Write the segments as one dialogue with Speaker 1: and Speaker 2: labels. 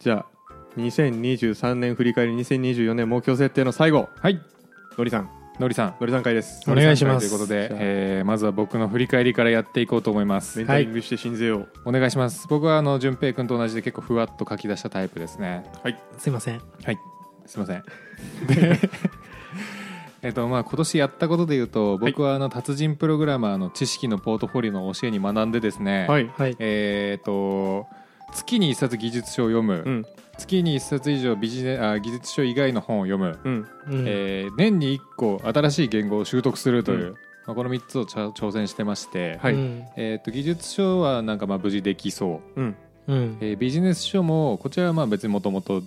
Speaker 1: じゃあ2023年振り返り2024年目標設定の最後
Speaker 2: はい
Speaker 1: のりさん
Speaker 2: のりさん
Speaker 1: のりさん会です
Speaker 3: お願いします
Speaker 2: ということで
Speaker 1: じゃあ、
Speaker 2: えーまずは僕の振り返りからやっていこうと思います
Speaker 1: メンタリングして信ぜよう
Speaker 2: お願いします僕はあの淳平君と同じで結構ふわっと書き出したタイプですね
Speaker 1: はい
Speaker 3: すいません
Speaker 2: はいすいませんで えっとまあ今年やったことで言うと僕はあの達人プログラマーの知識のポートフォリオの教えに学んでですね、
Speaker 1: はい、
Speaker 3: はい
Speaker 2: えーっと月に1冊技術書を読む、
Speaker 1: うん
Speaker 2: 月に1冊以上ビジネあ技術書以外の本を読む、
Speaker 1: うん
Speaker 3: うん
Speaker 2: えー年に1個新しい言語を習得するという、まあ、この3つをちゃ挑戦してまして、
Speaker 1: はい
Speaker 3: うん
Speaker 2: えーっと技術書はなんかまあ無事できそう、
Speaker 1: うん
Speaker 3: うん
Speaker 2: えービジネス書もこちらはまあ別にもともと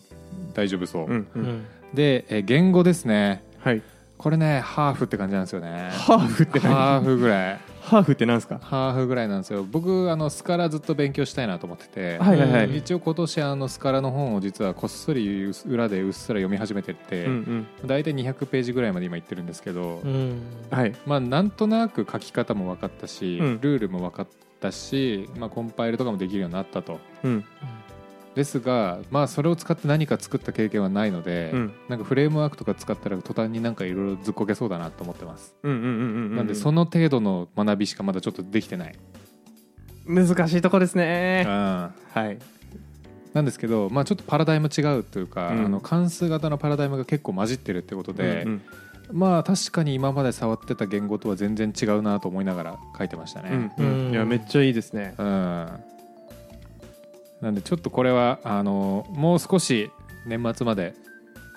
Speaker 2: 大丈夫そ
Speaker 1: う
Speaker 2: う、
Speaker 1: んう
Speaker 3: うんん
Speaker 2: で、えー言語ですね
Speaker 1: はい
Speaker 2: これねハーフって感じなんです よね
Speaker 1: ハーフって何
Speaker 2: ハーフぐらい
Speaker 1: ハーフってなんですか
Speaker 2: ハーフぐらいなんですよ僕あのスカラずっと勉強したいなと思ってて、
Speaker 1: はい
Speaker 3: はいはい
Speaker 2: うん一応今年あのスカラの本を実はこっそり裏でうっすら読み始めてて、
Speaker 1: うん
Speaker 2: 大体200ページぐらいまで今いってるんですけど、
Speaker 3: うん
Speaker 1: うんはい
Speaker 2: まあなんとなく書き方も分かったし、
Speaker 1: うん
Speaker 2: ルールも分かったし、まあ、コンパイルとかもできるようになったと
Speaker 1: うん
Speaker 2: ですが、まあ、それを使って何か作った経験はないので、
Speaker 1: うん
Speaker 2: なんかフレームワークとか使ったら途端になんかいろいろずっこけそうだなと思ってます、
Speaker 1: うんうんうんうん
Speaker 2: なんでその程度の学びしかまだちょっとできてない、
Speaker 1: 難しいとこです
Speaker 2: う
Speaker 1: ね
Speaker 2: ん、
Speaker 1: はい
Speaker 2: なんですけど、まあ、ちょっとパラダイム違うというか、
Speaker 1: うん
Speaker 2: あの関数型のパラダイムが結構混じってるってことで、
Speaker 1: うん
Speaker 2: まあ確かに今まで触ってた言語とは全然違うなと思いながら書いてました
Speaker 1: うん
Speaker 2: ね。
Speaker 1: うんうんいやめっちゃいいですね
Speaker 2: うん、なんでちょっとこれはあのもう少し年末まで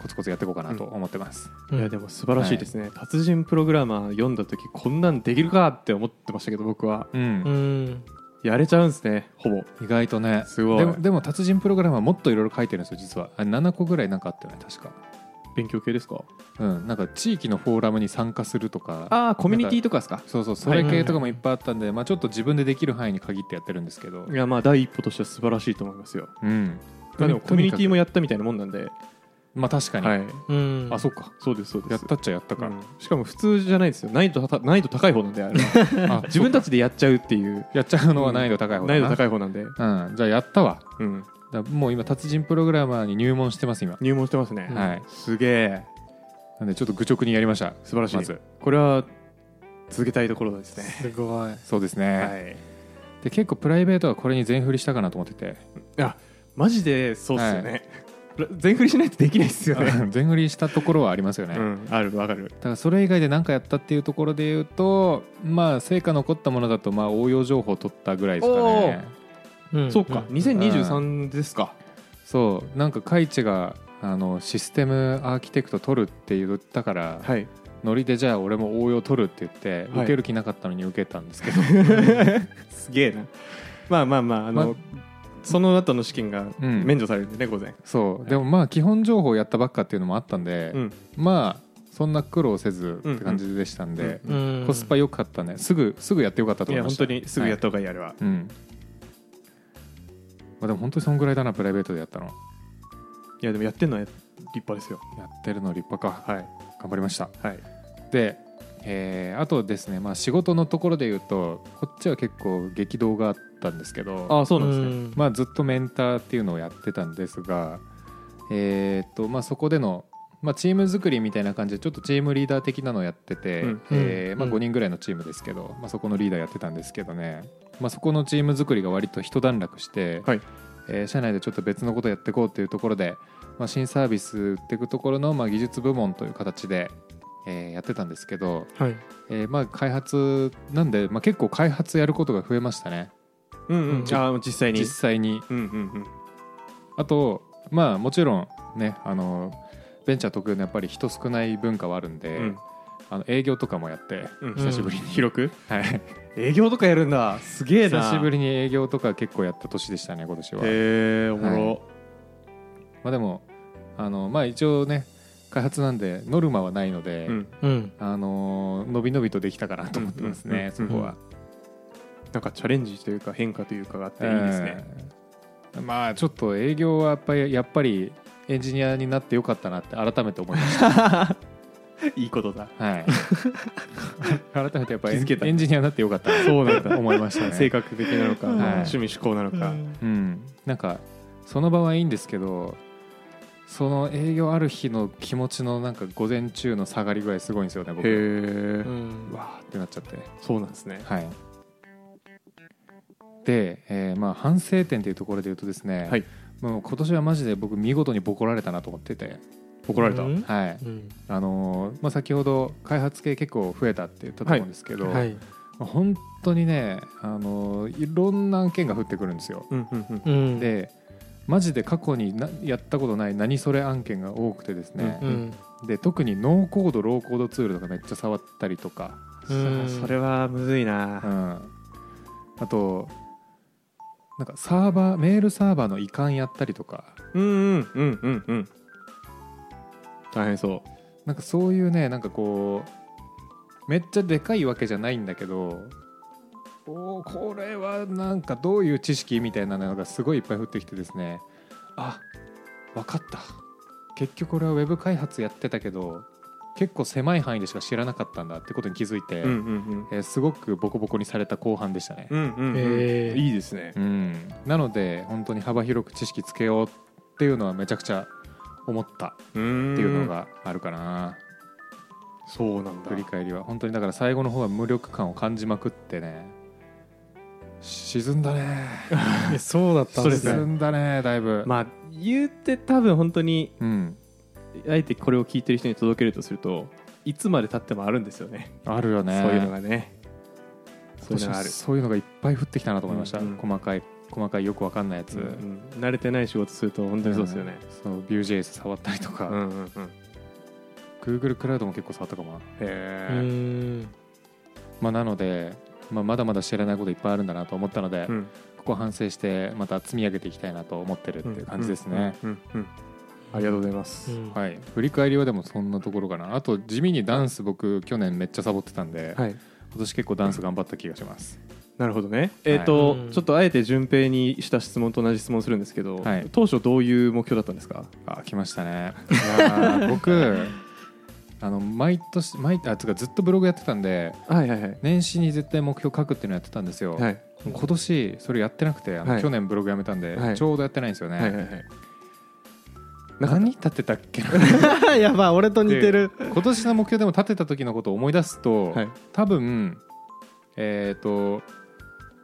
Speaker 2: コツコツやっていこうかなと思ってます。
Speaker 1: いやでも素晴らしいですね、達人プログラマー読んだ時こんなんできるかって思ってましたけど僕は
Speaker 2: うん
Speaker 3: うん
Speaker 1: やれちゃうんですねほぼ
Speaker 2: 意外とね
Speaker 1: すごい
Speaker 2: でもでも達人プログラムはもっといろいろ書いてるんですよ実はあ7個ぐらいなんかあったよね確か、
Speaker 1: 勉強系ですか
Speaker 2: うん、なんか地域のフォーラムに参加するとか
Speaker 1: ああコミュニティとかですか
Speaker 2: そうそうそれ系とかもいっぱいあったんで、まあ、ちょっと自分でできる範囲に限ってやってるんですけど
Speaker 1: い、やまあ第一歩としては素晴らしいと思いますよ
Speaker 2: うん、
Speaker 1: まあでもコミュニティもや
Speaker 2: や
Speaker 1: ったみたいなもんなんで、
Speaker 2: まあ確かに、
Speaker 1: はい、
Speaker 3: うん
Speaker 2: あそっか
Speaker 1: そうですそうです
Speaker 2: やったっちゃやったか、
Speaker 1: うんしかも普通じゃないですよ難易度た難易度高い方なんで あれは
Speaker 2: あ
Speaker 1: 自分たちでやっちゃうっていう
Speaker 2: やっちゃうのは難易度高い方
Speaker 1: 難
Speaker 2: だ
Speaker 1: 易
Speaker 2: な
Speaker 1: 度高い方なんで、
Speaker 2: うん、じゃあやったわ
Speaker 1: うん、
Speaker 2: だもう今達人プログラマーに入門してます今、
Speaker 1: 入門してますね、
Speaker 2: はい
Speaker 1: すげえ
Speaker 2: なんでちょっと愚直にやりました
Speaker 1: 素晴らしい、
Speaker 2: まず
Speaker 1: これは続けたいところですね
Speaker 3: すごい
Speaker 2: そうですね、
Speaker 1: はい
Speaker 2: で結構プライベートはこれに全振りしたかなと思っ てて
Speaker 1: マジでそうっすよね、全振りしないとできないっすよね、
Speaker 2: 全振りしたところはありますよね、
Speaker 1: うん、あるわかる
Speaker 2: だからそれ以外で何かやったっていうところで言うとまあ成果残ったものだとまあ応用情報を取ったぐらいですかね
Speaker 3: うん
Speaker 1: そうか2023ですか、
Speaker 2: そうなんかカイチがあのシステムアーキテクト取るって言ったから
Speaker 1: はい
Speaker 2: ノリでじゃあ俺も応用取るって言って
Speaker 1: はい
Speaker 2: 受ける気なかったのに受けたんですけど、
Speaker 1: すげえなまあまあまああの、
Speaker 2: ま
Speaker 1: その後の資金が
Speaker 2: うん
Speaker 1: 免除されるんでね、午前
Speaker 2: そうでもまあ基本情報やったばっかっていうのもあったんで、
Speaker 1: うん
Speaker 2: まあそんな苦労せずって感じでしたんで、
Speaker 3: うん
Speaker 2: コスパ良かったねすぐすぐやってよかったと
Speaker 1: い
Speaker 2: 思い
Speaker 1: や
Speaker 2: まし
Speaker 1: 本
Speaker 2: た
Speaker 1: 当にすぐやった方がいいあれは、
Speaker 2: はいうんまあ、でも本当にそんぐらいだなプライベートでやったの
Speaker 1: い、やでもやってんのは立派ですよ
Speaker 2: やってるの立派か
Speaker 1: はい
Speaker 2: 頑張りました
Speaker 1: はい
Speaker 2: で、えーあとですね、まあ、仕事のところで言うとこっちは結構激動があったんですけど
Speaker 1: ああそうなんですね、
Speaker 2: まあ、ずっとメンターっていうのをやってたんですが、えーっとまあ、そこでの、まあ、チーム作りみたいな感じでちょっとチームリーダー的なのをやってて、
Speaker 1: うん
Speaker 2: えーまあ、
Speaker 3: うん
Speaker 2: 5人ぐらいのチームですけど、まあ、そこのリーダーやってたんですけどね、まあ、そこのチーム作りが割と一段落して、
Speaker 1: はい
Speaker 2: えー社内でちょっと別のことやっていこうっていうところで、まあ、新サービス売っていくところの、まあ、技術部門という形で、えーやってたんですけど、
Speaker 3: はい
Speaker 2: えーまあ、開発なんで、まあ、結構開発やることが増えましたね
Speaker 1: うんうん
Speaker 3: うん
Speaker 1: ああ実際に
Speaker 2: 実際に。
Speaker 1: うんうん
Speaker 2: あとまあもちろんねあのベンチャー特有のやっぱり人少ない文化はあるんで、
Speaker 1: うん
Speaker 2: あの営業とかもやって、
Speaker 1: うん
Speaker 2: 久しぶりに、
Speaker 1: 広く
Speaker 2: はい
Speaker 1: 営業とかやるんだすげえな
Speaker 2: 久しぶ
Speaker 1: り
Speaker 2: りに営業とか結構やった年でしたね今年は、
Speaker 1: へえおもろ、
Speaker 2: はいまあ、でもあのまあ一応ね開発なんでノルマはないので、
Speaker 1: うん、
Speaker 3: うん
Speaker 2: あの伸び伸びとできたかなと思ってますね、
Speaker 1: うんうんうん
Speaker 2: そこは、
Speaker 1: なんかチャレンジというか変化というかがあっていいですね、
Speaker 2: えーまあちょっと営業はやっぱりやっぱりエンジニアになってよかったなって改めて思いました
Speaker 1: いいことだ
Speaker 2: はい、 改めてやっぱりエ
Speaker 1: 気づけた
Speaker 2: ンエンジニアになってよかったな
Speaker 1: そうなん
Speaker 2: と
Speaker 1: だ
Speaker 2: 思いましたね。
Speaker 1: 性格的なのか、
Speaker 3: はい
Speaker 1: 趣味嗜好なのか、
Speaker 2: うん、なんかその場はいいんですけどその営業ある日の気持ちのなんか午前中の下がり具合すごいんですよね
Speaker 1: へ
Speaker 2: 僕
Speaker 1: え、
Speaker 3: うん
Speaker 2: うわーってなっちゃって
Speaker 1: そうなんですね
Speaker 2: はいで、えーまあ、反省点というところで言うとですね、
Speaker 1: はい
Speaker 2: もう今年はマジで僕見事にボコられたなと思ってて、
Speaker 1: 怒られた、
Speaker 3: うん
Speaker 2: はい
Speaker 3: うん
Speaker 2: あのーまあ、先ほど開発系結構増えたって言ったと思うんですけど、
Speaker 3: はい
Speaker 2: まあ本当にね、あのーいろんな案件が降ってくるんですよ
Speaker 1: うんうんうん
Speaker 3: うん
Speaker 2: でマジで過去になやったことない何それ案件が多くてですね
Speaker 3: う、ん
Speaker 2: で特にノーコードローコードツールとかめっちゃ触ったりとか、
Speaker 3: うん
Speaker 1: そそれはむずいな、
Speaker 2: うんあとなんかサーバーメールサーバーの移管やったりとか
Speaker 1: うんうんうんうんうん大変そ
Speaker 2: なんかそういうねなんかこうめっちゃでかいわけじゃないんだけどおーこれはなんかどういう知識みたいなのがすごいいっぱい降ってきてですねあ分かった結局俺はウェブ開発やってたけど結構狭い範囲でしか知らなかったんだってことに気づいて、
Speaker 1: う、うんうん
Speaker 2: えーすごくボコボコにされた後半でしたね
Speaker 1: うん、うんうんうん、
Speaker 3: えー
Speaker 1: いいですね
Speaker 2: うん、なので本当に幅広く知識つけようっていうのはめちゃくちゃ思った
Speaker 1: って
Speaker 2: って
Speaker 1: い
Speaker 2: いうのがあるかな、
Speaker 1: そうなんだ
Speaker 2: 振り返りは本当にだから最後の方は無力感を感じまくってね沈ん だね
Speaker 3: いやそうだったんですね
Speaker 2: 沈んだねだいぶ、
Speaker 1: まあ言って多分本当に
Speaker 2: うん
Speaker 1: あえてこれを聞いてる人に届けるとするといつまでたってもあるんですよね
Speaker 2: あるよね
Speaker 1: そういうのがねそういうの
Speaker 2: 今年
Speaker 1: があ
Speaker 2: は
Speaker 1: る、
Speaker 2: そういうのがいっぱい降ってきたなと思いました、
Speaker 1: うんうん
Speaker 2: 細かい細かいよくわかんないやつ、
Speaker 1: うんうん慣れてない仕事すると本当にそうですよね、
Speaker 2: そう Vue.js 触ったりと
Speaker 1: う
Speaker 2: か、
Speaker 1: ん、うんうんへ
Speaker 2: Google クラウドも結構触ったかもな
Speaker 3: う
Speaker 1: え
Speaker 3: ん
Speaker 2: まあ、なので、まあ、まだまだ知らないこといっぱいあるんだなと思ったので、
Speaker 1: うん
Speaker 2: ここ反省してまた積み上げていきたいなと思ってるっていう感じですね、
Speaker 1: うんうんうんありがとうございます、
Speaker 3: うん
Speaker 2: はい振り返りはでもそんなところかなあと地味にダンス僕去年めっちゃサボってたんで、
Speaker 1: はい
Speaker 2: 今年結構ダンス頑張った気がします
Speaker 1: なるほどねえっ、と、
Speaker 3: うん
Speaker 1: ちょっとあえて順平にした質問と同じ質問するんですけど、
Speaker 2: はい
Speaker 1: 当初どういう目標だったんですか
Speaker 2: あ来ましたねいや ー僕あの毎年毎あつうかずっとブログやってたんで
Speaker 1: はいはいはい
Speaker 2: 年始に絶対目標書くっていうのやってたんですよ、
Speaker 1: はい
Speaker 2: もう今年それやってなくてあの、
Speaker 1: はい
Speaker 2: 去年ブログやめたんで、
Speaker 1: はい
Speaker 2: ちょうどやってないんですよね、
Speaker 1: はいはいはい
Speaker 2: 何立てたっけな
Speaker 3: やばい俺と似てる
Speaker 2: 今年の目標でも立てた時のことを思い出すと、
Speaker 1: はい
Speaker 2: 多分えっ、と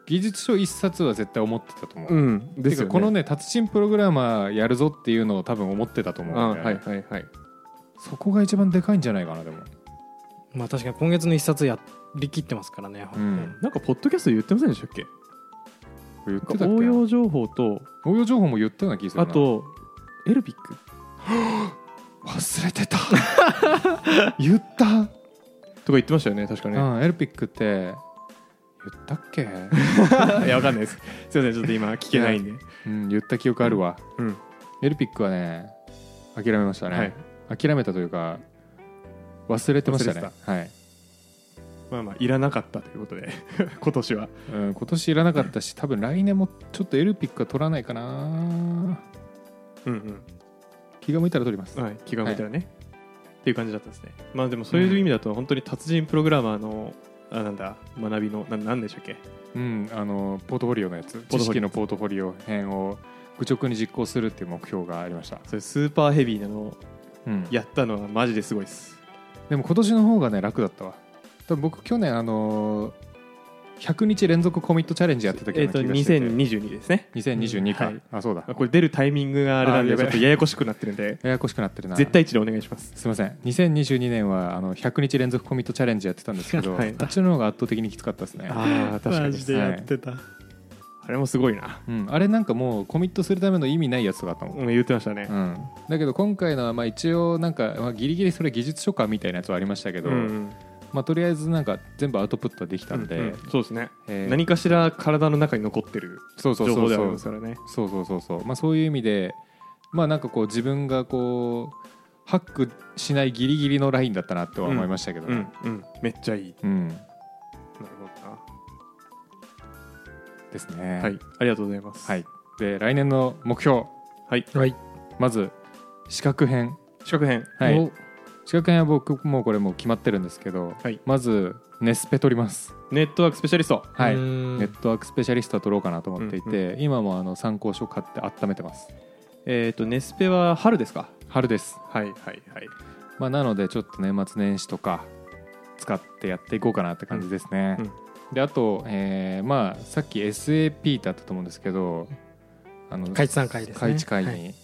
Speaker 2: 技術書一冊は絶対思ってたと思う、
Speaker 1: うんですよ
Speaker 2: て
Speaker 1: ね
Speaker 2: かこのね達人プログラマーやるぞっていうのを多分思ってたと思
Speaker 1: あ
Speaker 2: うんだよね
Speaker 1: はいはいはい
Speaker 2: そこが一番でかいんじゃないかなでも
Speaker 3: まあ確かに今月の一冊やりきってますからね
Speaker 2: うん
Speaker 1: なんかポッドキャストで言ってませんでしたっけ
Speaker 2: 言ってたっけな
Speaker 1: 応用情報と
Speaker 2: 応用情報も言ったような気がする
Speaker 1: あ
Speaker 2: な
Speaker 1: とエルピック
Speaker 2: 忘れてた 言 った、
Speaker 1: とか言ってましたよね確かね、
Speaker 2: うん、エルピックって言ったっけ、
Speaker 1: いやわかんないですすいませんちょっと今聞けないんで
Speaker 2: うん、言った記憶あるわ、
Speaker 1: うん
Speaker 2: エルピックはね諦めましたね、
Speaker 1: はい
Speaker 2: 諦めたというか忘れてましたね
Speaker 1: 忘れて
Speaker 2: はい、
Speaker 1: まあまあいらなかったということで 今年は
Speaker 2: うん、今年いらなかったし多分来年もちょっとエルピックは取らないかな
Speaker 1: うん
Speaker 2: 気が向いたら取ります、
Speaker 1: うんはい気が向いたらね、っていう感じだったんですねまあでもそういう意味だと本当に達人プログラマーのあなんだ学びのななんでしたっけ
Speaker 2: うん、あのポートフォリオのやつ
Speaker 1: ポー
Speaker 2: 知
Speaker 1: トフォリオ
Speaker 2: 識のポートフォリオ編を愚直に実行するっていう目標がありました、
Speaker 1: それスーパーヘビーなのを
Speaker 2: うん、
Speaker 1: やったのはマジですごいです
Speaker 2: でも今年の方がね楽だったわ多分僕去年あの100日連続コミットチャレンジやってたけ
Speaker 1: えっ、
Speaker 2: ど
Speaker 1: と
Speaker 2: 気がしてて、
Speaker 1: 2022ですね
Speaker 2: 2022か、
Speaker 1: はい
Speaker 2: あそうだ
Speaker 1: あこれ出るタイミングがあれなん
Speaker 2: あ
Speaker 1: で
Speaker 2: やば
Speaker 1: ち
Speaker 2: い
Speaker 1: ょっとややこしくなってるんで
Speaker 2: ややこしくなってるな
Speaker 1: 絶対一でお願いします
Speaker 2: すみません2022年はあの100日連続コミットチャレンジやってたんですけど、
Speaker 1: はい
Speaker 2: あっちの方が圧倒的にきつかったですねあ,、
Speaker 1: ああ確か
Speaker 3: マ
Speaker 1: に
Speaker 3: ジでやってた
Speaker 1: あれもすごいな、
Speaker 2: うん、あれなんかもうコミットするための意味ないやつだったもん、
Speaker 1: うん、言ってましたね
Speaker 2: う、ん、だけど今回のはまあ一応なんか、まあ、ギリギリそれ技術書かみたいなやつはありましたけど、
Speaker 1: うん
Speaker 2: まあ、とりあえずなんか全部アウトプットできたんで、
Speaker 1: うんうんそうですね、
Speaker 2: えー
Speaker 1: 何かしら体の中に残ってる
Speaker 2: そうそう
Speaker 1: 情
Speaker 2: そ
Speaker 1: 報
Speaker 2: う
Speaker 1: ではあり
Speaker 2: そ
Speaker 1: ま
Speaker 2: う
Speaker 1: すからね
Speaker 2: そうそうそうそう、まあ、そういう意味でまあなんかこう自分がこうハックしないギリギリのラインだったなとは思いましたけど
Speaker 1: う
Speaker 2: ね
Speaker 1: ん、うんめっちゃいい
Speaker 2: うん
Speaker 1: なるほ
Speaker 2: ですね
Speaker 1: どなはいありがとうございます
Speaker 2: はい、で来年の目標
Speaker 1: はい
Speaker 3: はい
Speaker 2: まず視覚編
Speaker 1: 資格編
Speaker 2: はい
Speaker 3: お
Speaker 2: 仕掛けは僕もうこれもう決まってるんですけど、
Speaker 1: はい
Speaker 2: まずネスペ取ります
Speaker 1: ネットワークスペシャリスト
Speaker 2: はいう
Speaker 3: ー
Speaker 2: ネ
Speaker 3: ん
Speaker 2: ットワークスペシャリストは取ろうかなと思っていて、今もあの参考書買って温めてます
Speaker 1: えっ、とネスペは春ですか
Speaker 2: 春です、
Speaker 1: はいはいはい
Speaker 2: まあ、なのでちょっと年末年始とか使ってやっていこうかなって感じですね、
Speaker 1: うんうん
Speaker 2: であと、えーまあさっき SAP ってあったと思うんですけどあの
Speaker 3: 開智さん会ですね
Speaker 2: 開智会に、
Speaker 3: はい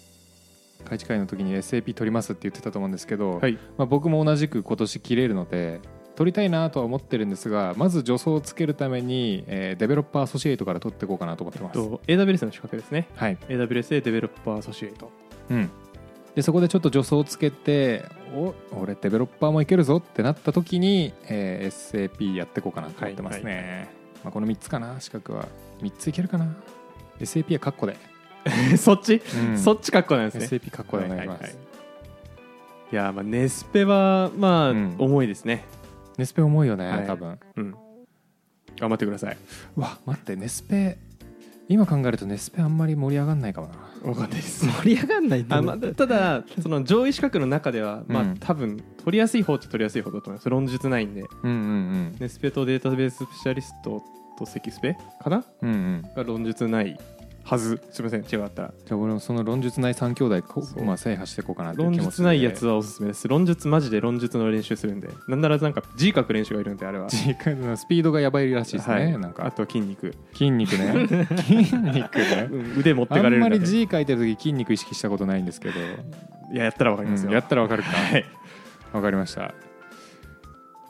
Speaker 2: 開智会の時に SAP 取りますって言ってたと思うんですけど、
Speaker 1: はい
Speaker 2: まあ、僕も同じく今年切れるので取りたいなとは思ってるんですがまず助走をつけるために、えーデベロッパーアソシエイトから取っていこうかなと思ってます、
Speaker 1: と AWS の資格ですね
Speaker 2: はい
Speaker 1: AWS でデベロッパーアソシエイト
Speaker 2: うん、でそこでちょっと助走をつけてお俺デベロッパーもいけるぞってなった時に、えー SAP やっていこうかなと思ってますね、
Speaker 1: は
Speaker 2: まあ、この3つかな資格は3ついけるかな SAP はカッコで、
Speaker 1: そっち、
Speaker 2: うん
Speaker 1: そっち格好なんですね
Speaker 2: SAP カッコでお願いします、
Speaker 1: はいはいはいいやーまあネスペはまあ
Speaker 2: うん
Speaker 1: 重いですね、
Speaker 2: ネスペ重いよね、
Speaker 1: はい
Speaker 2: 多分
Speaker 1: うん、頑張ってくださいう
Speaker 2: わ待ってネスペ今考えるとネスペあんまり盛り上がんないかもな
Speaker 1: 分かんないです
Speaker 3: 盛り上がんないんだ
Speaker 1: あまあ、ただその上位資格の中では、まあ
Speaker 2: うん
Speaker 1: 多分取りやすい方って取りやすい方だと思います論述ないんで
Speaker 2: うんうん
Speaker 1: ネスペとデータベーススペシャリストとセキスペかな
Speaker 2: うんうんうん
Speaker 1: が論述ないはずすみません違かったら
Speaker 2: じゃあ俺もその論述ない3兄弟こ
Speaker 1: そう
Speaker 2: まあ、制覇していこうかなっていう
Speaker 1: 論
Speaker 2: 気も
Speaker 1: 述ないやつ
Speaker 2: は
Speaker 1: はおすすめです論述マジで論述の練習するんでなんならなんか G 書く練習がいるんであれは
Speaker 2: 時間のスピードがやばいらしいですね、
Speaker 1: はい
Speaker 2: なんか
Speaker 1: あと筋肉、
Speaker 2: 筋肉ね筋肉ね
Speaker 1: うん腕持ってか
Speaker 2: あ
Speaker 1: れ
Speaker 2: ん
Speaker 1: る
Speaker 2: ま
Speaker 1: だけ
Speaker 2: り字書いてる時筋肉意識したことないんですけど、
Speaker 1: いややったらわかりますよ、
Speaker 2: うんやったらわかるか
Speaker 1: はい
Speaker 2: わかりました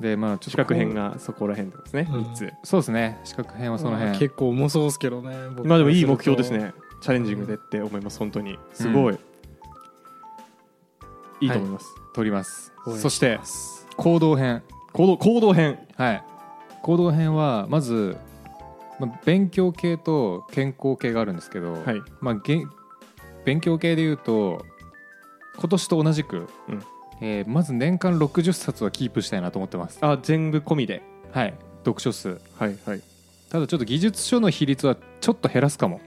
Speaker 2: でまあちょっと
Speaker 1: 四角辺
Speaker 2: こ
Speaker 1: がそこら辺ですね、
Speaker 3: うん
Speaker 1: 3つ
Speaker 2: うそうですね四角辺はその辺、
Speaker 3: 結構重そうですけどね僕
Speaker 1: まあでもいい目標です
Speaker 3: る
Speaker 1: ねチャレンジングでって思います本当にすごい、いいと思います、
Speaker 2: 取ります
Speaker 3: 応援
Speaker 2: そし
Speaker 3: と
Speaker 2: て行動編
Speaker 1: 行動行動編
Speaker 2: はい行動編はまず、まあ、勉強系と健康系があるんですけど、
Speaker 1: はい
Speaker 2: まあ、げん勉強系でいうと今年と同じく、
Speaker 1: うん
Speaker 2: えーまず年間60冊はキープしたいなと思ってます
Speaker 1: あ全部込みで
Speaker 2: はい読書数
Speaker 1: はいはい
Speaker 2: ただちょっと技術書の比率はちょっと減らすかも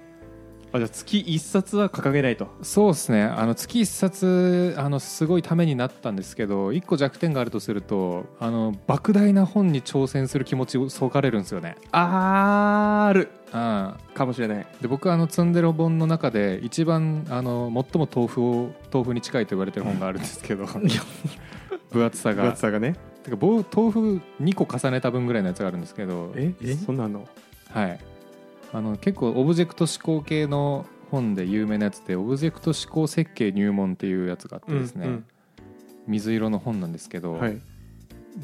Speaker 1: あじゃあ月1冊は掲げないと
Speaker 2: そうですねあの月1冊あのすごいためになったんですけど1個弱点があるとするとあの莫大な本に挑戦する気持ちをそがれるんですよね、
Speaker 1: ある
Speaker 2: うん、
Speaker 1: かもしれない
Speaker 2: で僕あの積んでる本の中で一番あの最も豆腐を豆腐に近いと言われてる本があるんですけど 分厚さ
Speaker 1: 分
Speaker 2: が
Speaker 1: 厚さがね
Speaker 2: てかぼう豆腐2個重ねた分ぐらいのやつがあるんですけど
Speaker 1: え
Speaker 3: え
Speaker 1: そんなの
Speaker 2: はい、あの結構オブジェクト思考系の本で有名なやつでオブジェクト思考設計入門っていうやつがあってですね、
Speaker 1: うん
Speaker 2: 水色の本なんですけど、
Speaker 1: うんはい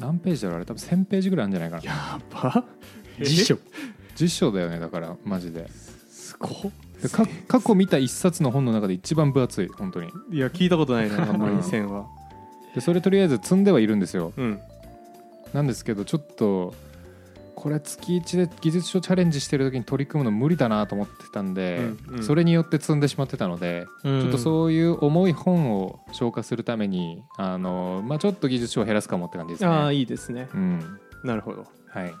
Speaker 2: 何ページだろうあれ多分1000ページぐらいあるんじゃないかな
Speaker 1: やば
Speaker 3: 辞書
Speaker 2: 10章だよねだからマジです
Speaker 1: ごっ
Speaker 2: でか過去見た一冊の本の中で一番分厚い本当に
Speaker 1: いや聞いたことない なあんまり線は
Speaker 2: でそれとりあえず積んではいるんですよ
Speaker 1: うん
Speaker 2: なんですけどちょっとこれ月1で技術書チャレンジしてる時に取り組むの無理だなと思ってたんで、
Speaker 1: うんうん
Speaker 2: それによって積んでしまってたので、
Speaker 1: ち
Speaker 2: ちょ
Speaker 1: ょ
Speaker 2: っとそういう重い本を消化するためにあの、まあ、ちょっと技術書を減らすかもって感じですね。
Speaker 1: ああいいですね
Speaker 2: うん
Speaker 1: なるほど
Speaker 2: はい、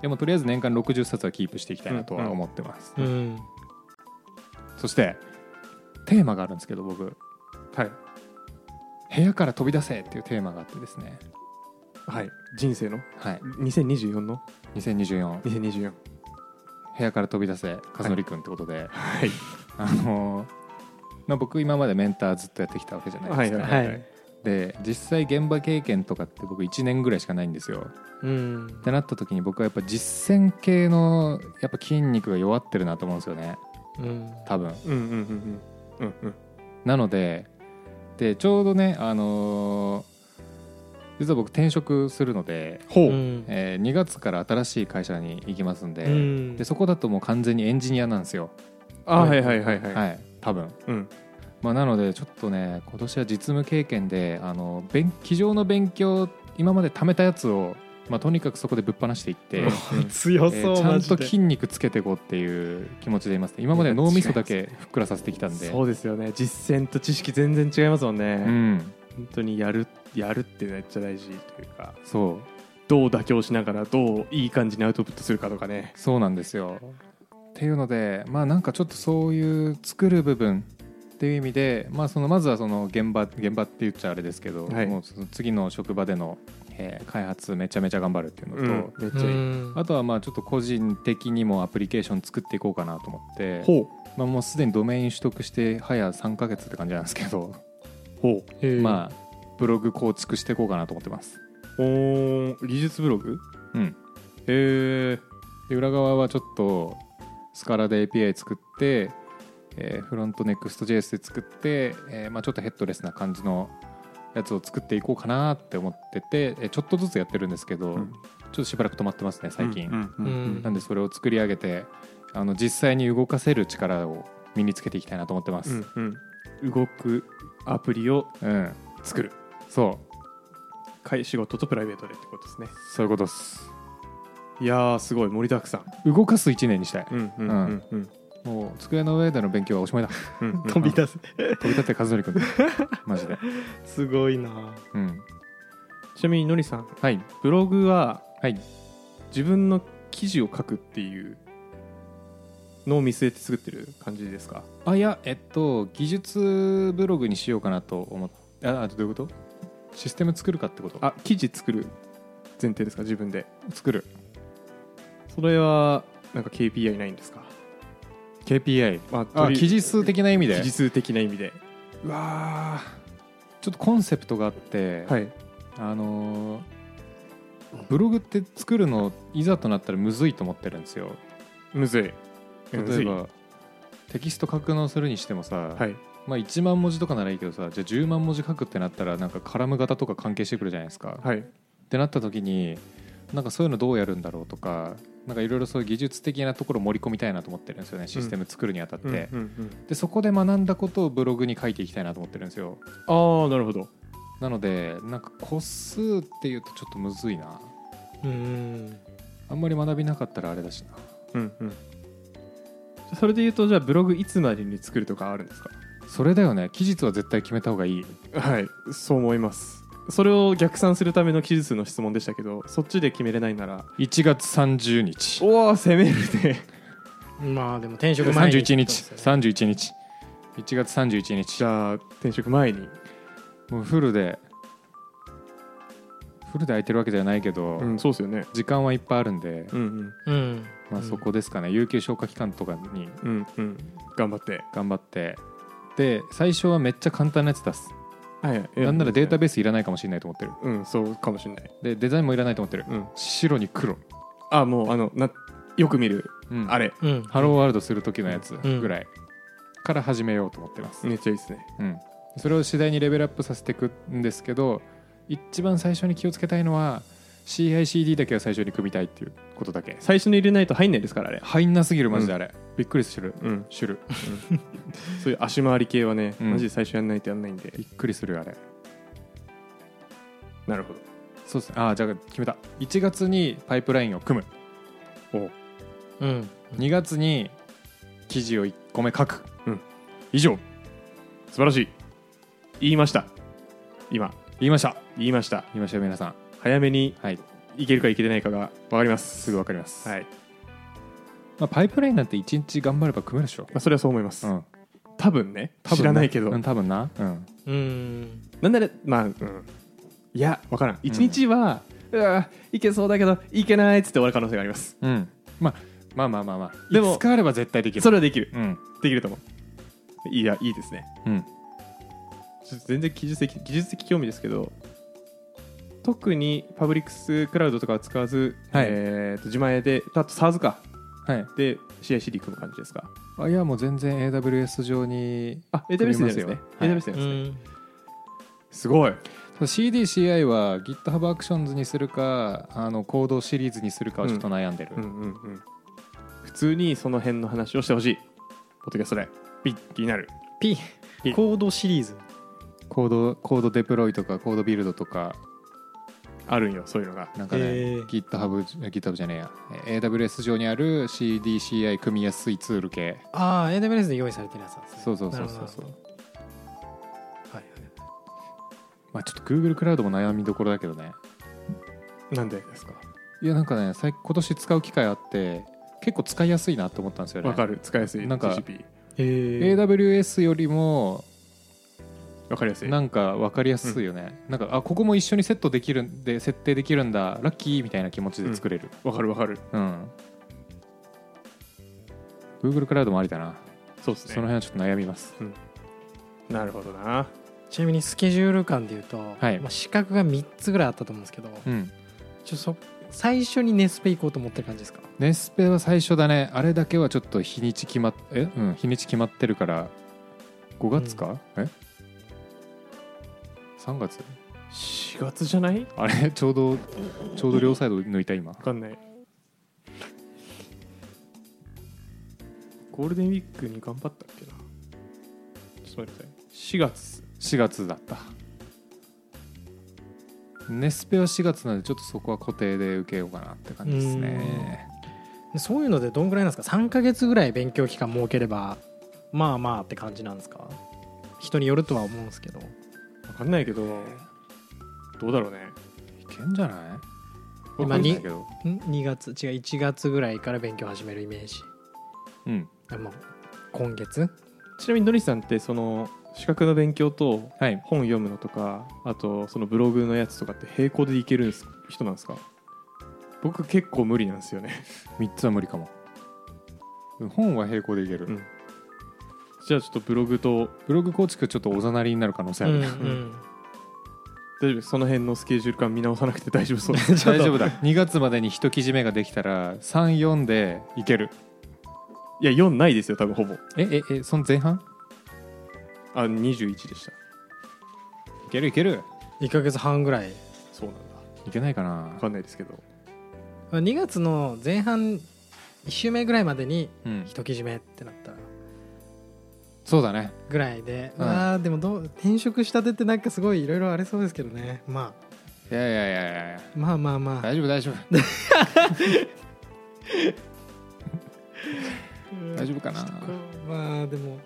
Speaker 2: でもとりあえず年間60冊はキープしていきたいなとは思ってます。
Speaker 3: うん
Speaker 2: そしてテーマがあるんですけど僕
Speaker 1: はい
Speaker 2: 「部屋から飛び出せ!」っていうテーマがあってですね、
Speaker 1: はい人生の
Speaker 2: はい、
Speaker 1: 2024の
Speaker 2: 2024
Speaker 1: 2024
Speaker 2: 部屋から飛び出せ和則君ってことで、
Speaker 1: はい
Speaker 2: あのまあ、僕今までメンターずっとやってきたわけじゃないですか。
Speaker 1: はいはい
Speaker 3: は
Speaker 1: はいい
Speaker 2: で実際現場経験とかって僕1年ぐらいしかないんですよ。
Speaker 3: うん
Speaker 2: ってなった時に僕はやっぱ実践系のやっぱ筋肉が弱ってるなと思うんですよね
Speaker 3: うん
Speaker 2: 多分
Speaker 1: うんうんうんうんうんうん
Speaker 2: なのででちょうどねあのー実は僕転職するので、
Speaker 1: ほ
Speaker 3: うん
Speaker 2: え2月から新しい会社に行きますんで,、
Speaker 3: うん
Speaker 2: でそこだともう完全にエンジニアなんですよ
Speaker 1: あはいはいはいはい、
Speaker 2: はい多分、
Speaker 1: うん
Speaker 2: まあ、なのでちょっとね今年は実務経験であの勉机上の勉強今まで貯めたやつを、まあ、とにかくそこでぶっ放していって、
Speaker 3: 強
Speaker 2: えー
Speaker 3: そう
Speaker 2: ちゃ
Speaker 3: マ
Speaker 2: ん
Speaker 3: ジで
Speaker 2: と筋肉つけていこうっていう気持ちでいますね今まで脳みそだけふっくらさせてきたんで
Speaker 1: そうですよね実践と知識全然違いますもんね、
Speaker 2: うん
Speaker 1: 本当にやるやるってめっちゃ大事というか
Speaker 2: そう
Speaker 1: どう妥協しながらどういい感じにアウトプットするかとかね
Speaker 2: そうなんですよっていうのでまあなんかちょっとそういう作る部分っていう意味で、まあ、そのまずはその現場現場って言っちゃあれですけど、
Speaker 1: はい
Speaker 2: もうその次の職場での、えー開発めちゃめちゃ頑張るっていうのと、
Speaker 1: うん、めっちゃいい。
Speaker 3: ん
Speaker 2: あとはまあちょっと個人的にもアプリケーション作っていこうかなと思って、
Speaker 1: ほう
Speaker 2: まあ、もうすでにドメイン取得して早3か月って感じなんですけど、
Speaker 1: ほ
Speaker 2: まあブログ構築していこうかなと思ってます。
Speaker 1: う。おー技術ブログ
Speaker 2: うん、
Speaker 1: へえ。
Speaker 2: で裏側はちょっとスカラで API 作って、えーフロント NEXTJS で作って、えーまあ、ちょっとヘッドレスな感じのやつを作っていこうかなって思ってて、えーちょっとずつやってるんですけど、
Speaker 1: うん
Speaker 2: ちょっとしばらく止まってますね最近、
Speaker 1: うんうんうん
Speaker 2: なんでそれを作り上げてあの実際に動かせる力を身につけていきたいなと思ってます、うん
Speaker 1: うんうん動くアプリを作る。
Speaker 2: そう
Speaker 1: かい仕事とプライベートでってことですね。
Speaker 2: そういうことです
Speaker 1: いやー、すごい、盛りだくさん。
Speaker 2: 動かす1年にしたい、
Speaker 1: うんうんうんうん
Speaker 2: もう机の上での勉強はお しまいだ
Speaker 1: うんうん
Speaker 3: 飛び出す
Speaker 2: 飛び立って和則君マジで、
Speaker 3: すごいな
Speaker 2: うん、
Speaker 1: ちなみに、のりさん、
Speaker 2: はい
Speaker 1: ブログは
Speaker 2: はい
Speaker 1: 自分の記事を書くっていうのを見据えて作ってる感じですか
Speaker 2: あいやえっと技術ブログにしようかなと思ってああどういうことシステム作るかってこと
Speaker 1: あ記事作る前提ですか自分で
Speaker 2: 作る
Speaker 1: それはなんか KPI ないんですか
Speaker 2: KPI
Speaker 1: まあ
Speaker 2: あ
Speaker 1: とり
Speaker 2: 記事数的な意味で
Speaker 1: 記事数的な意味で
Speaker 2: うわーちょっとコンセプトがあって、
Speaker 1: はい
Speaker 2: あのーブログって作るのいざとなったらむずいと思ってるんですよ
Speaker 1: むずいむず
Speaker 2: 例え
Speaker 1: い
Speaker 2: ばテキスト格納するにしてもさ、
Speaker 1: はい
Speaker 2: まあ、1万文字とかならいいけどさじゃあ10万文字書くってなったらなんかカラム型とか関係してくるじゃないですか、
Speaker 1: はい
Speaker 2: ってなった時になんかそういうのどうやるんだろうとかなんかいろいろそういう技術的なところを盛り込みたいなと思ってるんですよねシステム作るにあたって、
Speaker 1: うんうん
Speaker 2: で
Speaker 1: うん
Speaker 2: そこで学んだことをブログに書いていきたいなと思ってるんですよ
Speaker 1: ああなるほど
Speaker 2: なのでなんか個数っていうとちょっとむずいな
Speaker 3: うん
Speaker 2: あんまり学びなかったらあれだしな
Speaker 1: うんうんそれで言うとじゃあブログいつまでに作るとかあるんですか
Speaker 2: それだよね期日は絶対決めた方がいい
Speaker 1: はいそう思いますそれを逆算するための記述の質問でしたけどそっちで決めれないなら
Speaker 2: 1月30日
Speaker 1: おお攻めるね
Speaker 3: まあでも転職前に
Speaker 2: 31日
Speaker 3: そうですよね
Speaker 2: 31日1月31
Speaker 1: じ
Speaker 2: 日
Speaker 1: ゃあ転職前に、
Speaker 2: もうフルでフルで空いてるわけじゃないけど、
Speaker 1: うん、そうですよね
Speaker 2: 時間はいっぱいあるんで
Speaker 1: うんうん
Speaker 3: うん
Speaker 2: まあ、そこですかね、有給消化期間とかに
Speaker 1: うんうん頑張って
Speaker 2: 頑張ってで最初はめっちゃ簡単なやつ出す
Speaker 1: はい
Speaker 2: なんならデータ
Speaker 1: ベ
Speaker 2: ベースいらないかもしれないと思ってる
Speaker 1: うんそうかもしれない、
Speaker 2: でデザインもいらないと思ってる
Speaker 1: うん、
Speaker 2: 白に黒、
Speaker 1: あもうあのなよく見る
Speaker 2: うん
Speaker 1: あれ
Speaker 3: うん
Speaker 2: ハローワールドする時のやつ
Speaker 3: ん
Speaker 2: ぐらいから始めようと思ってます、
Speaker 1: めっちゃいいですね
Speaker 2: うんそれを次第にレベルアップさせていくんですけど一番最初に気をつけたいのは CICD だけは最初に組みたいっていうことだけ
Speaker 1: 最初に入れないと入んないですからあれ
Speaker 2: 入んなすぎるマジであれ、びっくりする
Speaker 1: うん
Speaker 2: 知る
Speaker 1: そういう足回り系はね、
Speaker 2: うん
Speaker 1: マジで最初やんないとやんないんで
Speaker 2: びっくりするあれ
Speaker 1: なるほど
Speaker 2: そうですねあーじゃあ決めた1月にパイプラインを組む
Speaker 3: うん
Speaker 2: 2月に記事を1個目書く、
Speaker 1: うん
Speaker 2: 以上
Speaker 1: 素晴らしい言いました今
Speaker 2: 言いました
Speaker 1: 言いました
Speaker 2: 言いましたよ皆さん
Speaker 1: 早めに
Speaker 2: はい
Speaker 1: いけるかいけてないかが分かります
Speaker 2: すぐ分かります、
Speaker 1: はい、
Speaker 2: まあ、パイプラインなんて1日頑張れば組めるでしょ、
Speaker 1: まあ、それはそう思います、
Speaker 2: うん、
Speaker 1: 多分ね
Speaker 2: 多分
Speaker 1: 知らないけど、
Speaker 2: うん多分な、うん、
Speaker 3: うん
Speaker 1: なんならまあ、うん、いや分からん一日は、うわいけそうだけどいけないっつって終わる可能性があります
Speaker 2: うんまあ、まあまあまあまあ
Speaker 1: でも
Speaker 2: いつかあれば絶対できる
Speaker 1: それはできる
Speaker 2: うん
Speaker 1: できると思ういやいいですね
Speaker 2: うん
Speaker 1: ちょっと全然技術的技術的興味ですけど特にパブリックスクラウドとかは使わず、
Speaker 2: はい
Speaker 1: えーと自前であと SARS か
Speaker 2: はい
Speaker 1: で CICD 組む感じですか
Speaker 2: あいやもう全然 AWS 上に
Speaker 1: あ AWS じゃないですね
Speaker 2: 組みま
Speaker 1: AWS
Speaker 2: すよ
Speaker 1: じゃ
Speaker 3: う
Speaker 1: ないですね、
Speaker 3: ん
Speaker 1: すごい
Speaker 2: CDCI は GitHub アクションズにするかあのコードシリーズにするかはちょっと悩んでる、
Speaker 1: うんうんうん普通にその辺の話をしてほしいポッドキャストでピッ気になる
Speaker 3: P コードシリーズ
Speaker 2: コードコードデプロイとかコードビルドとか
Speaker 1: あるんよそういうのが
Speaker 2: なんかね、
Speaker 3: へー
Speaker 2: GitHub, GitHub じゃねえやえー AWS 上にある CDCI 組みやすいツール系
Speaker 3: ああ AWS で用意されてるやつなんですね
Speaker 2: そうそうそうそう
Speaker 3: なるほ
Speaker 2: そう
Speaker 3: どなるほどはいはい
Speaker 2: まあちょっと Google クラウドも悩みどころだけどね
Speaker 1: なんでですか
Speaker 2: いやなんかね最今年使う機会あって結構使いやすいなと思ったんですよね
Speaker 1: わかる使いやすい
Speaker 2: なんか
Speaker 1: GCP えー、
Speaker 2: AWS よりも
Speaker 1: わかりやすい
Speaker 2: なんか分かりやすいよね、なんかあここも一緒にセットできるんで設定できるんだラッキーみたいな気持ちで作れる
Speaker 1: わかるわかる
Speaker 2: うん、Google クラウドもありだな
Speaker 1: そうです
Speaker 2: その
Speaker 1: ね
Speaker 2: 辺はちょっと悩みます
Speaker 1: なるほどな
Speaker 3: ちなみにスケジュール感でいうと、
Speaker 2: はい
Speaker 3: まあ、資格が3つぐらいあったと思うんですけど、
Speaker 2: うん
Speaker 3: ちょそ最初にネスペ行こうと思ってる感じですか
Speaker 2: ネスペは最初だねあれだけはちょっと日にち決まっえ、うん、日にち決まってるから5月か、え3月
Speaker 1: 4月じゃない
Speaker 2: あれ ちょうどちょうど両サイド抜いた今
Speaker 1: わかんないゴールデンウィークに頑張ったっけなちょっと待ってください4月
Speaker 2: 4月だったネスペは4月なんでちょっとそこは固定で受けようかなって感じですね
Speaker 3: でそういうのでどんぐらいなんですか3ヶ月ぐらい勉強期間設ければまあまあって感じなんですか人によるとは思うんですけど
Speaker 1: わかんないけどどうだろうね
Speaker 2: いけんじゃない
Speaker 3: 今
Speaker 2: わかんないけど
Speaker 3: ん2月違う1月ぐらいから勉強始めるイメージ
Speaker 2: うん
Speaker 3: あまあ今月
Speaker 1: ちなみにのりさんってその資格の勉強と
Speaker 2: はい
Speaker 1: 本読むのとかあとそのブログのやつとかって並行でいけるんす人なんですか僕結構無理なんですよね
Speaker 2: 3つは無理かも本は並行でいける、
Speaker 1: うんじゃあちょっとブログと
Speaker 2: ブログ構築ちょっとおざなりになる可能性ある、
Speaker 3: うんうん
Speaker 1: 大丈夫その辺のスケジュール感見直さなくて大丈夫そう
Speaker 3: ちょ
Speaker 2: 大
Speaker 3: っと
Speaker 2: 丈夫だ2月までに1記事目ができたら34でいける
Speaker 1: いや4ないですよ多分ほぼ
Speaker 2: えええその前半
Speaker 1: あ21でした
Speaker 2: いけるいける
Speaker 3: 1ヶ月半ぐらい
Speaker 1: そうなんだ
Speaker 2: いけないかな
Speaker 1: 分かんないですけど
Speaker 3: 2月の前半1週目ぐらいまでに
Speaker 2: うん
Speaker 3: 一記事目ってなったら
Speaker 2: そうだね
Speaker 3: ぐらいで、
Speaker 2: うん
Speaker 3: あーでもどう転職したてってなんかすごいいろいろありそうですけどね、ま
Speaker 2: いやいやいやいやいや
Speaker 3: あ、まあまあまあ
Speaker 2: 大丈夫大丈夫大丈夫かな
Speaker 3: ちょっとこうまあでも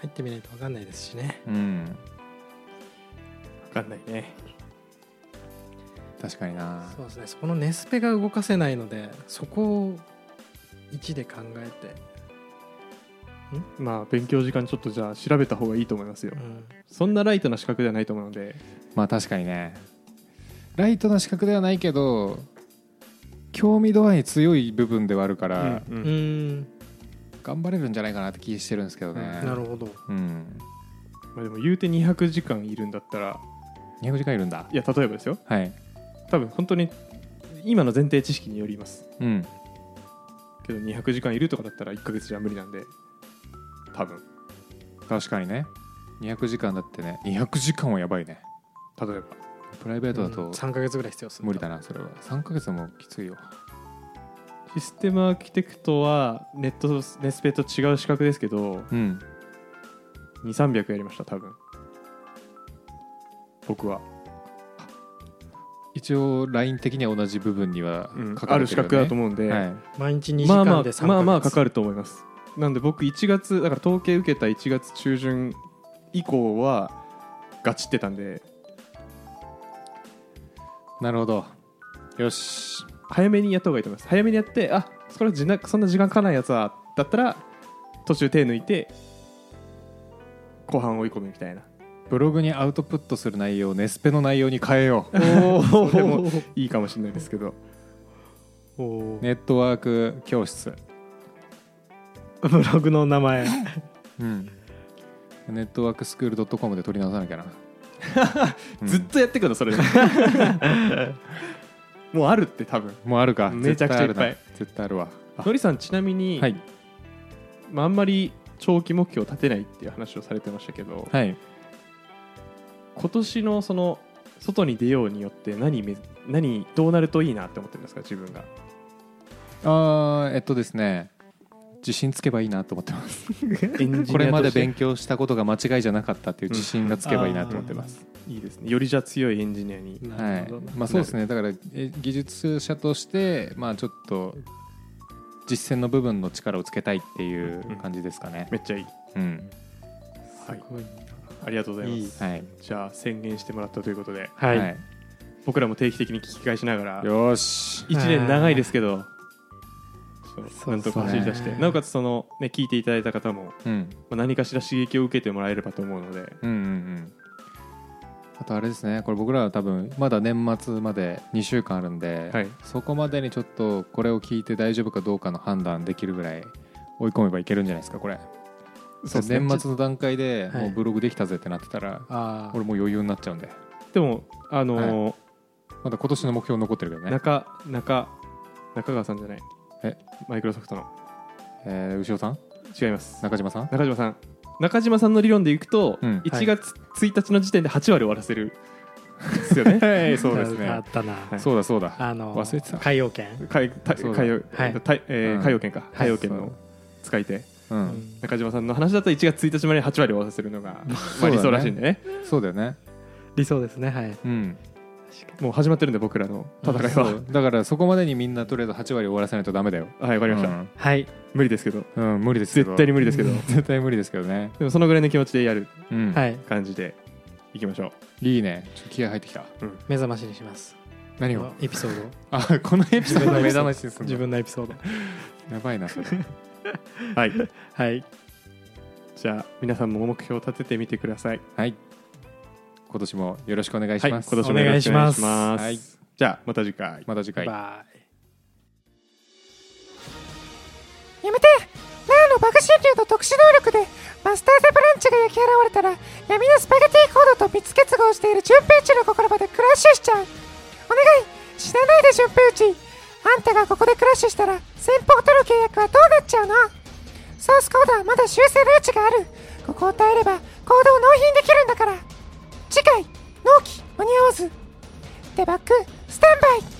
Speaker 3: 入ってみないと分かんないですしね
Speaker 2: うん
Speaker 1: 分かんないね
Speaker 2: 確かにな
Speaker 3: そうですねそこのネスペが動かせないのでそこを1で考えて、
Speaker 1: まあ勉強時間ちょっとじゃあ調べた方がいいと思いますよ
Speaker 3: うん
Speaker 1: そんなライトな資格ではないと思うので
Speaker 2: まあ確かにねライトな資格ではないけど興味度合い強い部分ではあるから、
Speaker 1: うんうん
Speaker 3: うーん
Speaker 2: 頑張れるんじゃないかなって気してるんですけどね、
Speaker 1: うん
Speaker 3: なるほど
Speaker 2: うん
Speaker 1: まあ、でも言うて200時間いるんだったら
Speaker 2: 200時間いるんだ
Speaker 1: いや例えばですよ
Speaker 2: はい
Speaker 1: 多分本当に今の前提知識によります
Speaker 2: うん
Speaker 1: けど200時間いるとかだったら1ヶ月じゃ無理なんで多分
Speaker 2: 確かにね200時間だってね200時間はやばいね
Speaker 1: 例えば
Speaker 2: プライベートだと
Speaker 3: 3ヶ月ぐらい必要です
Speaker 2: 無理だなそれは3ヶ月はもうきついよ
Speaker 1: システムアーキテクトはネットネスペと違う資格ですけど
Speaker 2: うん
Speaker 1: 2300やりました多分僕は、
Speaker 2: 一応 LINE 的には同じ部分には
Speaker 1: うん
Speaker 2: 書
Speaker 1: あ
Speaker 2: かれ
Speaker 1: る
Speaker 2: て
Speaker 1: 資
Speaker 2: るよね
Speaker 1: 格だと思うんで、
Speaker 2: はい
Speaker 3: 毎日2時
Speaker 1: まあま
Speaker 3: 間
Speaker 1: あ
Speaker 3: で3ヶ月
Speaker 1: まあまあかかると思いますなんで僕1月だから統計受けた1月中旬以降はガチってたんで
Speaker 2: なるほどよし
Speaker 1: 早めにやった方がいいと思います早めにやってあそれはじなそんな時間かかないやつはだったら途中手抜いて後半追い込むみたいな
Speaker 2: ブログにアウトプットする内容をネスペの内容に変えよ う
Speaker 1: それもいいかもしれないですけど
Speaker 3: おー
Speaker 2: ネットワーク教室
Speaker 3: ブログの名前
Speaker 2: うんネットワークスクール .com で取り直さなきゃな、う ん
Speaker 1: ずっとやってくのそれ もうあるって多分
Speaker 2: もうあるか
Speaker 1: めちゃくちゃいっぱい
Speaker 2: 絶対あるな絶対あるわ
Speaker 1: のりさんちなみに、
Speaker 2: はい
Speaker 1: まあ、あんまり長期目標を立てないっていう話をされてましたけど、
Speaker 2: はい
Speaker 1: 今年のその外に出ようによって何め何どうなるといいなって思ってるんですか自分が
Speaker 2: あーえっとですね自信つけばいいなと思っ てますこれまで勉強したことが間違いじゃなかったっていう自信がつけばいいなと思っ てます、
Speaker 1: いいですねよりじゃあ強いエンジニアに
Speaker 2: は
Speaker 3: なる
Speaker 2: い
Speaker 3: ほどな
Speaker 2: まあ、そうですねだからえ技術者として、まあ、ちょっと実践の部分の力をつけたいっていう感じですかね、
Speaker 1: めっちゃいい、
Speaker 2: うん
Speaker 1: はい、ありがとうございます
Speaker 3: いい
Speaker 2: はい
Speaker 1: じゃあ宣言してもらったということで
Speaker 3: はい、
Speaker 1: 僕らも定期的に聞き返しながら
Speaker 2: よーし
Speaker 1: 1年長いですけどそう
Speaker 3: そう
Speaker 1: なんとか
Speaker 2: そうね
Speaker 1: 走り出して、なおかつその、ね、聞いていただいた方も、
Speaker 2: うん
Speaker 1: まあ、何かしら刺激を受けてもらえればと思うので
Speaker 2: うんうんうんあとあれですねこれ僕らは多分まだ年末まで2週間あるんで、
Speaker 1: はい
Speaker 2: そこまでにちょっとこれを聞いて大丈夫かどうかの判断できるぐらい追い込めばいけるんじゃないですかこれ
Speaker 1: そうですね
Speaker 2: 年末の段階で
Speaker 3: はい
Speaker 2: もうブログできたぜってなってたら、
Speaker 3: ああ
Speaker 2: 俺もう余裕になっちゃうんで
Speaker 1: でもあのー
Speaker 2: まだ今年の目標残ってるけどね、
Speaker 1: 中中中川さんじゃない
Speaker 2: え
Speaker 1: マイクロソフトの
Speaker 2: えー、牛尾さん
Speaker 1: 違います
Speaker 2: 中島さん
Speaker 1: 中島さん中島さんの理論でいくと、
Speaker 2: うん
Speaker 1: 1月1日の時点で8割終わらせるですよね
Speaker 2: はいそうです
Speaker 3: あ
Speaker 2: ね
Speaker 3: ったな、
Speaker 1: い
Speaker 2: そうだそうだ
Speaker 3: あの
Speaker 2: 忘れてた
Speaker 3: 海洋圏、
Speaker 1: 海た
Speaker 2: そうだ
Speaker 1: 海洋
Speaker 3: はい
Speaker 1: たえー
Speaker 2: うん
Speaker 1: 海洋圏か海洋圏
Speaker 2: そう
Speaker 1: の使い手
Speaker 2: うん
Speaker 1: 中島さんの話だと1月1日までに8割終わらせるのが、まあ、理想らしいんでね
Speaker 2: そうだよね
Speaker 3: 理想ですねはい
Speaker 2: うん
Speaker 1: もう始まってるんで僕らの戦いは、
Speaker 2: だからそこまでにみんなとりあえず8割終わらせないとダメだよ
Speaker 1: はいわかりました、
Speaker 3: はい
Speaker 1: 無理ですけど
Speaker 2: うん、うん無理ですけど
Speaker 1: 絶対に無理ですけど
Speaker 2: 絶対無理ですけどね、
Speaker 1: でもそのぐらいの気持ちでやる
Speaker 2: うん、
Speaker 3: はいい
Speaker 1: 感じでいきましょう
Speaker 2: いねちょっと気合入ってきた
Speaker 3: 目覚ましにします
Speaker 2: 何
Speaker 3: こ
Speaker 2: を
Speaker 3: のエピソードを
Speaker 2: あこのエ ピソードの目覚ましです
Speaker 3: 自分のエピソード
Speaker 2: やばいなそれ
Speaker 1: はい
Speaker 3: はい
Speaker 1: じゃあ皆さんも目標を立ててみてください
Speaker 2: はい今年もよろしくお願い
Speaker 1: は
Speaker 2: し
Speaker 1: い今
Speaker 2: ます、
Speaker 1: 年もよろくお願いします
Speaker 2: お願いします
Speaker 1: じゃあまた次回
Speaker 2: また次回
Speaker 3: バイ
Speaker 4: やめてナーのバグ神竜の特殊能力でマスター・ザ・ブランチが焼き現れたら闇のスパゲティコードと密結合している順平地の心までクラッシュしちゃうお願い死なないで順平地あんたがここでクラッシュしたら先方との契約はどうなっちゃうのソースコードはまだ修正の余地があるここを耐えればコードを納品できるんだから次回納期間に合わずデバッグスタンバイ